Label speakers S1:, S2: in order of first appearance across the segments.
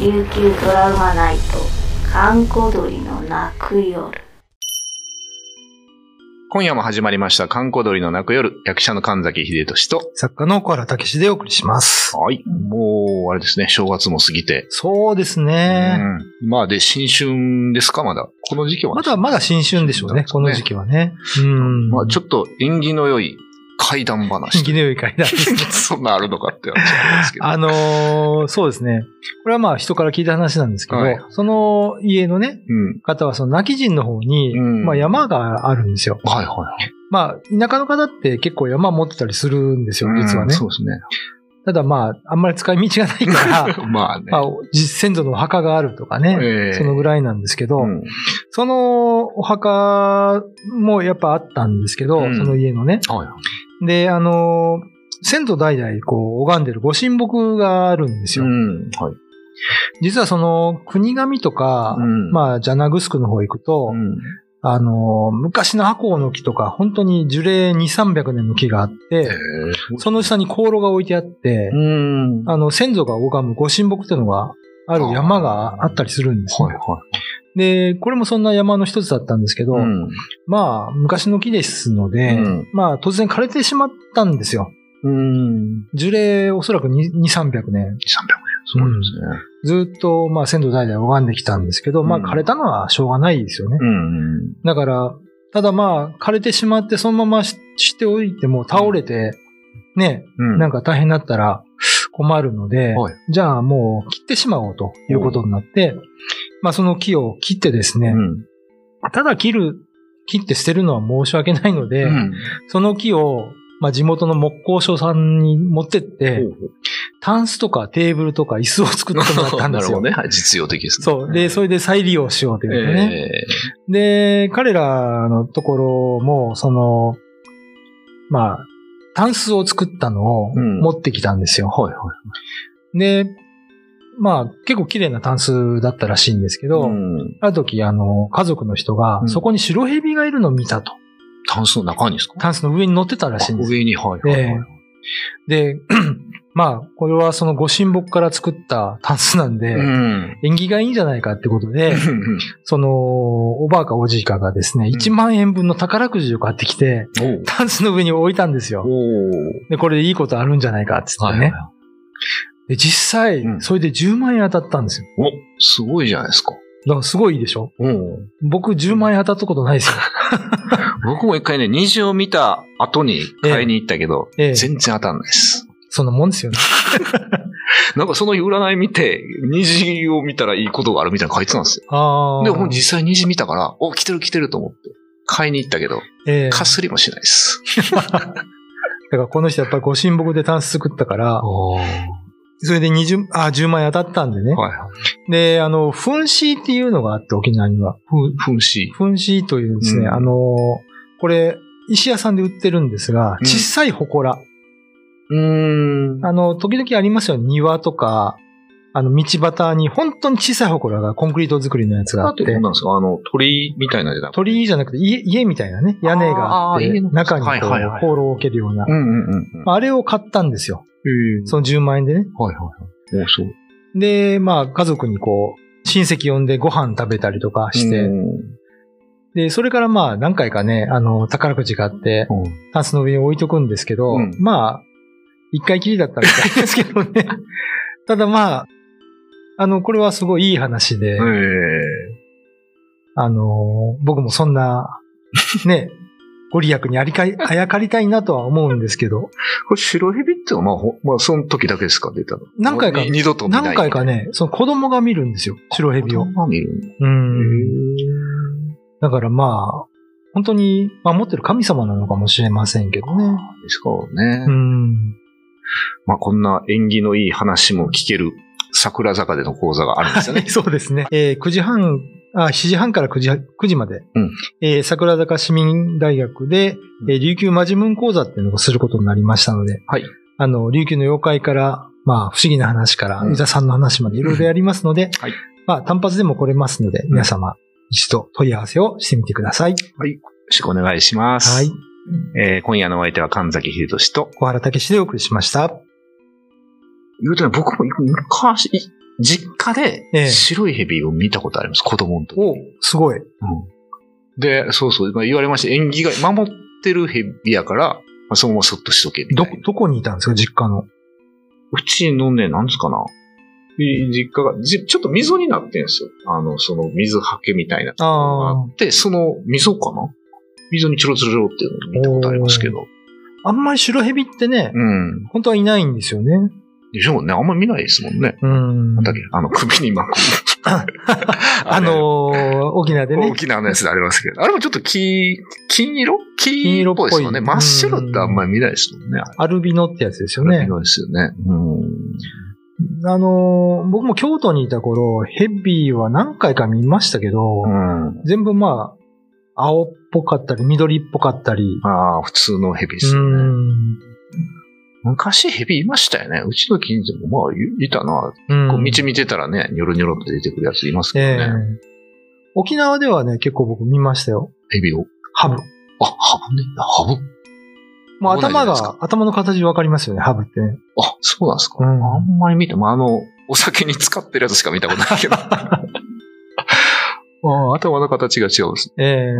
S1: 琉球ドラマナイト閑古鳥の泣く夜
S2: 今夜も始まりました、観光鳥の泣く夜、役者の神崎秀俊と、
S3: 作家の小原武史でお送りします。
S2: はい、もう、あれですね、正月も過ぎて。
S3: そうですね。
S2: うんまあ、で、新春ですか、まだ。この時期は、
S3: まだまだ新春でしょうね、この時期はね。うん。
S2: まあ、ちょ
S3: っ
S2: っと縁起の良い怪談 話。
S3: 気の良い回 だ。
S2: そんなあるのかって話なんですけど。
S3: あのーそうですね。これはまあ人から聞いた話なんですけど、
S2: はい
S3: その家のね、
S2: うん。
S3: 方はその泣き人の方に、
S2: うん
S3: まあ山があるんですよ。
S2: はいはい。
S3: まあ田舎の方って結構山持ってたりするんですよ、実は
S2: うん
S3: ね。
S2: そうです
S3: ただまあ、あんまり使い道がないから、
S2: ね。まあね。
S3: まあ、実先祖のお墓があるとかね、
S2: ええ
S3: そのぐらいなんですけど、
S2: うん
S3: そのお墓もやっぱあったんですけど、
S2: うん
S3: その家のね。
S2: はい。
S3: で、あの、先祖代々こう拝んでるご神木があるんです
S2: う
S3: よ。
S2: ん。はい。
S3: 実はその国神とか、
S2: うん
S3: まあ、ジャナグスクの方行くと、
S2: うん
S3: あの、昔の白鵬の木とか、本当に樹齢2、300年の木があっ
S2: ええ
S3: て、その下に香炉が置いてあって、
S2: うん。は
S3: あの、先祖が拝むご神木っていうのがある山があったりするんですね
S2: いは
S3: で、これもそんな山の一つだったんですけど、
S2: い。うん。
S3: まあ、昔の木ですので、
S2: うん
S3: まあ、突然枯れてしまったんですよ。
S2: うん。
S3: 樹齢おそらく2、300
S2: 300
S3: 年。
S2: 円。すごいですね。
S3: ずっと、まあ、先祖代々拝んできたんですけど、まあ、
S2: うん
S3: 枯れたのはしょうがないですよね。
S2: うん。
S3: だから、ただまあ、枯れてしまって、そのままししておいても倒れて、ね、
S2: うん
S3: なんか大変になったら困るので、
S2: はい
S3: じゃあもう切ってしまおうということになって、まあ、その木を切ってですね、
S2: うん。
S3: ただ切る、切って捨てるのは申し訳ないので、
S2: うん
S3: その木を、まあ、地元の木工所さんに持ってって、タンスとかテーブルとか椅子を作ってもらったん で
S2: なる
S3: す
S2: ほど
S3: よ。
S2: ね。はい実用的ですね。
S3: そう。で、それで再利用しようと
S2: う
S3: いうことね。
S2: え
S3: で、彼らのところも、その、まあ、タンスを作ったのを
S2: うん
S3: 持ってきたんですよ。
S2: ーはいはい。
S3: で、まあ、結構綺麗なタンスだったらしいんですけど、
S2: うん
S3: ある時、あの、家族の人が
S2: う、ん
S3: そこに白蛇がいるのを見たと。
S2: タンスの中にですか
S3: タンスの上に乗ってたらしいんですよ
S2: 上に、はいはいはい。
S3: で、 まあ、これはそのご神木から作ったタンスなんで、
S2: うん。
S3: 縁起がいいんじゃないかってこ とで、その、おばあかおじいかがですね、
S2: ん
S3: 1万円分の宝くじを買ってきて、タンスの上に置いたんです
S2: お
S3: よ。
S2: お
S3: で、これでいいことあるんじゃないかって言っ
S2: は
S3: て
S2: い
S3: ね。
S2: はい。
S3: で実際、
S2: うん
S3: それで10万円当たったんですよ。
S2: お、すごいじゃないですか。
S3: だからすごいいいでしょ
S2: うん。
S3: 僕10万円当たったことないですよ。
S2: 僕も一回ね、虹を見た後に買いに行ったけど、
S3: ええ
S2: 全然当たんないです。
S3: そんなもんですよね。
S2: なんかその占い見て、虹を見たらいいことがあるみたいなの書いてたんですよ。
S3: ああ。
S2: でも実際虹見たから、お、来てる来てると思って、買いに行ったけど、
S3: ええ
S2: かすりもしないです。
S3: だからこの人やっぱりご神木でタンス作ったから、
S2: お
S3: それで20、あ、10万円当たったんでね。
S2: はい。
S3: で、あの、噴死っていうのがあって、沖縄には。
S2: 噴死。
S3: 噴死というですね、
S2: うん
S3: あのー、これ、石屋さんで売ってるんですが、
S2: うん
S3: 小さい祠。
S2: うん。
S3: あの、時々ありますよ、庭とか、あの、道端に、本当に小さい祠が、コンクリート作りのやつがあ
S2: あ
S3: っ
S2: と、
S3: て
S2: どう、なんですかあの、鳥みたいなじゃなくて。
S3: 鳥居じゃなくて家、家みたいなね、屋根があっ
S2: あー
S3: て、
S2: 家の
S3: 中にこう、
S2: はいはいはい
S3: 香炉を置けるような。
S2: うんうんうんうん。
S3: まああれを買ったんですよ。
S2: へー
S3: その10万円でね。
S2: はいはいはい。おそう。
S3: で、まあ、家族にこう、親戚呼んでご飯食べたりとかして、
S2: うん
S3: で、それからまあ何回かね、あの、宝くじがあって、タンスの上に置いとくんですけど、
S2: うん
S3: まあ、一回きりだった みたいですけどね。ただまあ、あの、これはすごいいい話で、
S2: へ
S3: あの、僕もそんな、ね、 ご利益にありかい、あやかりたいなとは思うんですけど、
S2: ーこれ白蛇っていうのは、まあほ、まあ、その時だけですか出たの。
S3: 何回か
S2: に二度と見ない。
S3: 何回かね、その子供が見るんですよ、白
S2: 子
S3: 蛇を
S2: 供。が見るんだ。
S3: う
S2: へ
S3: ん。
S2: ー
S3: だからまあ、本当に守ってる神様なのかもしれませんけどね。
S2: ですからね。
S3: うん。。
S2: まあ、こんな縁起のいい話も聞ける桜坂での講座があるんですよね
S3: そうですね。えー9時半、あ、7時半から9時、9時まで、
S2: うん
S3: えー桜坂市民大学で、えー琉球マジムン講座っていうのをすることになりましたので、
S2: はい。
S3: あの、琉球の妖怪から、まあ、不思議な話から、
S2: うん
S3: 宇田さんの話までいろいろやりますので、
S2: はい
S3: まあ、単発でも来れますので、皆様、一度問い合わせをしてみてください。
S2: はい。よろしくお願いします。
S3: はい。。
S2: えー今夜のお相手は神崎秀俊と、
S3: 小原武史でお送りしました。
S2: 言うとね、僕も昔、い実家
S3: え
S2: で
S3: え
S2: 白いヘビを見たことあります、子供の時に。
S3: お、すごい。
S2: うんで、そうそう、まあ、言われました。縁起が、守ってるヘビやから、まあ、そのままそっとしとけみた
S3: ど
S2: いな。、
S3: どこにいたんですか、実家の。
S2: うちのね、なんですかな。い実家がじ、ちょっと溝になってんですよ。あの、その水はけみたいな。あ
S3: あ
S2: って、その溝かな溝にチョロチョロチョロっていうのを見たことありますけど。
S3: あ。あんまり白蛇ってね、
S2: うん。
S3: 本当はいないんですよね。
S2: でしょうね。あんまり見ないですもんね。
S3: うん
S2: なん。だっけあの、首に巻く。
S3: あのー、沖縄で
S2: れ、
S3: ね
S2: 大。きなやつでありますけど。あれもちょっと黄、金色金色っぽいですもんね。
S3: 金色
S2: 真っ
S3: っぽい
S2: 白ってあんまり見ないですもんね。あれ
S3: アルビノってやつですよ
S2: ね。
S3: ね。
S2: 広いですよね。うん。
S3: あのー、僕も京都にいた頃、ヘビは何回か見ましたけど、
S2: うん。
S3: 全部まあ、青っぽかったり、緑っぽかったり。
S2: ああ、普通のヘビです
S3: う
S2: よね。
S3: ん。
S2: 昔ヘビいましたよね。うちの近所もまあ、いいたな。
S3: うん
S2: こう道見てたらね、ニョロニョロって出てくるやついますけ
S3: ええ
S2: どね。
S3: 沖縄ではね、結構僕見ましたよ。
S2: ヘビを。
S3: ハブ。
S2: あ、ハブね。ハブ。
S3: もう
S2: 危ないじゃ
S3: 頭
S2: ないですか
S3: が、頭の形わかりますよね、ハブってね。
S2: あ、そうなんですか。
S3: うん
S2: あんまり見ても、あの、お酒に使ってるやつしか見たことないけ ど。ああ、頭の形が違うんです。
S3: ええ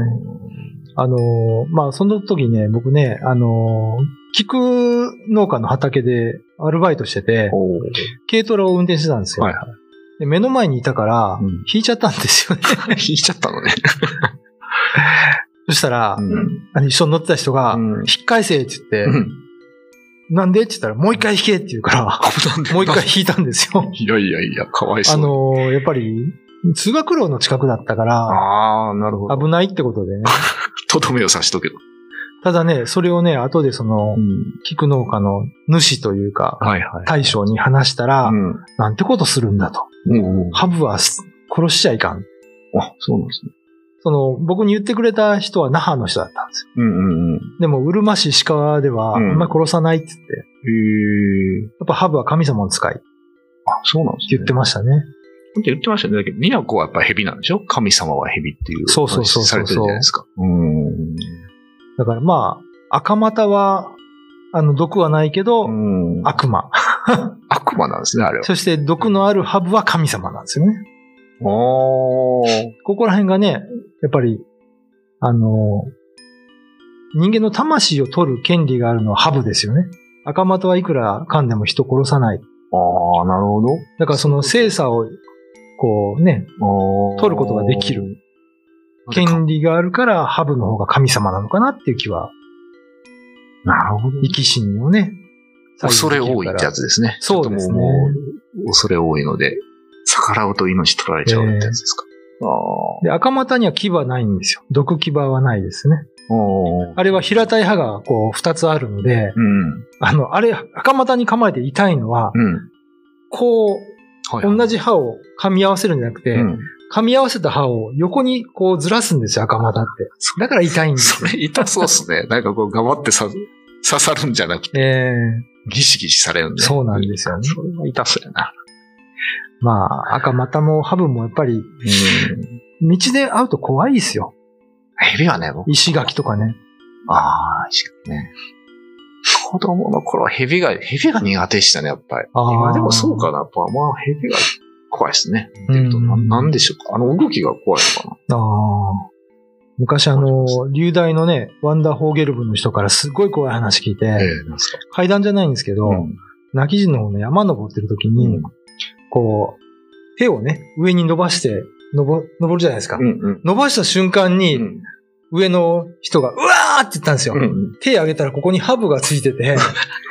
S3: あのーまあ、その時ね、僕ね、あのー菊農家の畑でアルバイトしてて、
S2: おー
S3: 軽トラを運転してたんですよ。
S2: はいは
S3: で目の前にいたから
S2: うん、
S3: 引いちゃったんです よね。
S2: い。引いちゃったのね。
S3: そしたら、
S2: ん。
S3: あの一緒に乗ってた人が、
S2: うん
S3: 引っ返せって言って、
S2: うん。
S3: なんでって言ったら、もう一回引けって言うか
S2: 危なんで
S3: ら、 もう一回。引いたんですよ。
S2: いやいやいや、かわいそう。
S3: あ、のーやっぱり、通学路の近くだったから、
S2: ああ、なるほど。
S3: 危ないってことでね。
S2: とどめを刺しとけと。
S3: ただね、それをね、後でその、菊農家の主というか、
S2: はいはい。
S3: 大将に話したら、
S2: うん。
S3: なんてことするんだと。
S2: おうおう
S3: ハブはす殺しちゃいかん。
S2: あ、そうなんですね。
S3: その、僕に言ってくれた人は那覇の人だったんですよ。
S2: うんうんうん。へ
S3: でも、うるま市鹿では、あ
S2: うん
S3: んまり殺さないって言って、
S2: え。
S3: やっぱハブは神様の使いって
S2: あ、そうなんですね。
S3: 言ってましたね。
S2: だって言ってましたよね。だけど、宮古はやっぱ蛇なんでしょ神様は蛇っていう。
S3: そうそうそうそう
S2: されてるじゃないですか。うん。
S3: だからまあ、赤股は、あの、毒はないけど、
S2: うん。あ、
S3: 悪魔。
S2: 悪魔なんですね、あれは。
S3: そして、毒のあるハブは神様なんですよね。
S2: おー。
S3: ここら辺がね、やっぱり、あの、人間の魂を取る権利があるのはハブですよね。赤股はいくら噛んでも人殺さない。
S2: あー、なるほど。
S3: だからその精査を、こうね、
S2: あー
S3: 取ることができる。
S2: なんでか
S3: 権利があるから、ハブの方が神様なのかなっていう気は、
S2: なるほど。
S3: 生き死にをね。
S2: 恐れ多いってや
S3: つ。
S2: つですね。
S3: そうです
S2: ちょっと
S3: ね
S2: もう、もう恐れ多いので、逆らうと命取られちゃうってやつですか。あ
S3: で、赤股には牙ないんですよ。毒牙はないですね。
S2: あ。おー
S3: あれは平たい歯がこう二つあるので、
S2: うん。
S3: あの、あれ、赤股に噛まれて痛いのは、
S2: うん。
S3: こう、
S2: はいはい
S3: 同じ歯を噛み合わせるんじゃなくて、
S2: うん
S3: 噛み合わせた歯を横にこうずらすんですよ、赤股って。だから痛いんです
S2: そ
S3: よ。
S2: れ痛そうっす ね。なんかこう、頑張ってさ刺さるんじゃなくて、
S3: ええ
S2: ギシギシされるんで。
S3: そうなんですよね
S2: それは痛そうやな。
S3: まあ、赤股もハブもやっぱり、
S2: うん。
S3: 道で会うと怖いですよ。
S2: ヘビはね、僕、
S3: 石垣とかね。
S2: ああ、確かにね。子供の頃、ヘビが、ヘビが苦手でしたね、やっぱり。
S3: あー
S2: 今でもそうかな、やっぱ、まあ、ヘビが怖いですね。
S3: う
S2: っていうと、
S3: ん
S2: ななんでしょうか。あの動きが怖いのかな。
S3: ああ昔あの、流大のね、ワンダーホーゲル部の人からすごい怖い話聞いて、
S2: ええなんですか。
S3: 階段じゃないんですけど、
S2: うん
S3: 泣き人の方の山登ってる時に、
S2: うん
S3: こう、手をね、上に伸ばして、登登るじゃないですか。
S2: うん。
S3: 伸ばした瞬間
S2: う
S3: に、
S2: ん。
S3: 上の人が、うわーって言ったんですよ。
S2: うん。
S3: 手上げたらここにハブがついてて、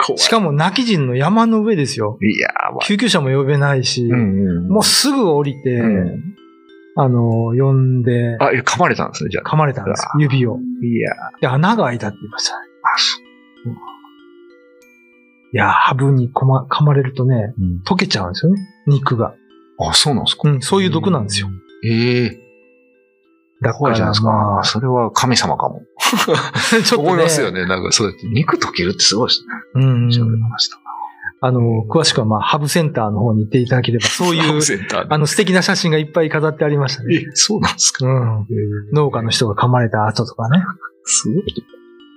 S2: 怖い。
S3: しかも泣き人の山の上ですよ。
S2: いやー、まあ
S3: 救急車も呼べないし、
S2: うんうん。
S3: もうすぐ降りて、
S2: うん、
S3: あの、呼んで、
S2: あ、いや噛まれたんですね、じゃあ。
S3: 噛まれたんですよ、指を。
S2: いや
S3: で、穴が開いたって言いましたね。
S2: ー、
S3: いやー、ハブにこま噛まれるとね、溶けちゃうんですよね、肉が。
S2: あ、そうなんですか。
S3: うん、そういう毒なんですよ。
S2: ええ
S3: だか
S2: 怖いじゃない
S3: ら
S2: ですか。
S3: まあ、
S2: それは神様かも。
S3: ちょっと、ね、
S2: 思いますよ。ね。なんかそうやって肉溶けるってすごいですね。
S3: うん。
S2: 調べました。
S3: あの、詳しくはまあ、ハブセンターの方に行っていただければ、そうい
S2: ホー
S3: う
S2: ム、センターで
S3: あの、素敵な写真がいっぱい飾ってありましたね。
S2: え、そうなんですか。
S3: うん。農家の人が噛まれた後とかね。
S2: すごい。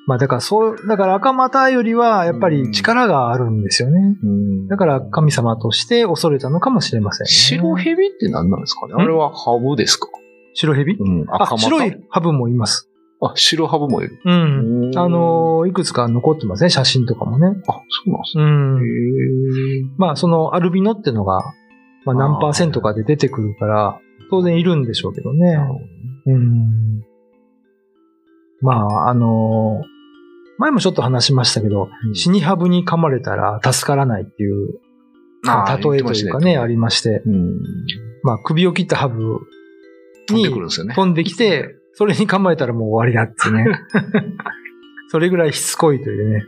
S3: まあだからそう、だから赤股よりはやっぱり力があるんですよね。
S2: うん
S3: だから神様として恐れたのかもしれません、ね。
S2: 白蛇って何なんですかねあれはハブですか
S3: 白蛇
S2: うん、
S3: あ、
S2: 赤
S3: 白
S2: 股
S3: いハブもいます。
S2: あ、白ハブもいる。
S3: うん。
S2: うん
S3: あのー、いくつか残ってますね、写真とかもね。
S2: あ、そうなんですね。
S3: うん。
S2: へー
S3: まあ、そのアルビノってのが、まあ、何パーセントかで出てくるから、当然いるんでしょうけどね
S2: な。るほど
S3: うん。まあ、あのー前もちょっと話しましたけど、
S2: うん
S3: 死にハブに噛まれたら助からないっていう、
S2: あー
S3: 例えというかね、ありまして、
S2: うん。
S3: まあ、首を切ったハブ
S2: 飛ん
S3: に
S2: でくるんですよね。
S3: 飛んできて、それに噛まれたらもう終わりだ ってね。それぐらいしつこいというね。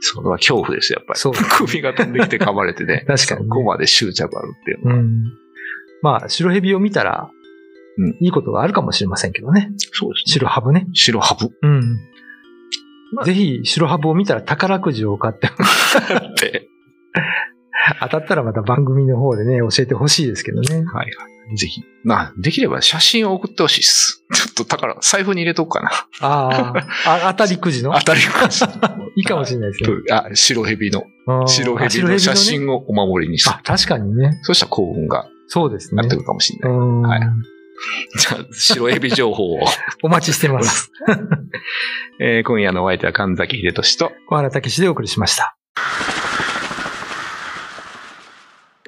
S2: それは恐怖ですよ、やっぱり。
S3: そう。
S2: 首が飛んできて噛まれてね
S3: 確かにね
S2: そこまで執着あるっていうの
S3: う
S2: は。
S3: ん。まあ、白蛇を見たら
S2: うん、
S3: いいことがあるかもしれませんけどね。
S2: そうですね。
S3: 白ハブね。
S2: 白ハブ
S3: うん。
S2: まあ
S3: ぜひ、白ハブを見たら宝くじを買って、
S2: って。
S3: 当たったらまた番組の方でね、教えてほしいですけどね。
S2: はいはい。ぜひ。まあ、できれば写真を送ってほしいです。 ちょっと、だから、財布に入れとくかな。
S3: ああ、あ当たりくじの
S2: 当たりく じ。
S3: いいかもしれないですね。
S2: あ、白蛇の、
S3: うん
S2: 白
S3: あ
S2: 蛇
S3: のね
S2: の写真をお守りにする
S3: あ、。確かにね。
S2: そうしたら幸運が
S3: そうです
S2: や
S3: ね
S2: って。くるかもしれ
S3: う
S2: ない。
S3: ん
S2: はい じゃあ、白蛇情報 を。
S3: お待ちしてます。
S2: えー今夜のお相手は神崎秀俊と、
S3: 小原武史でお送りしました。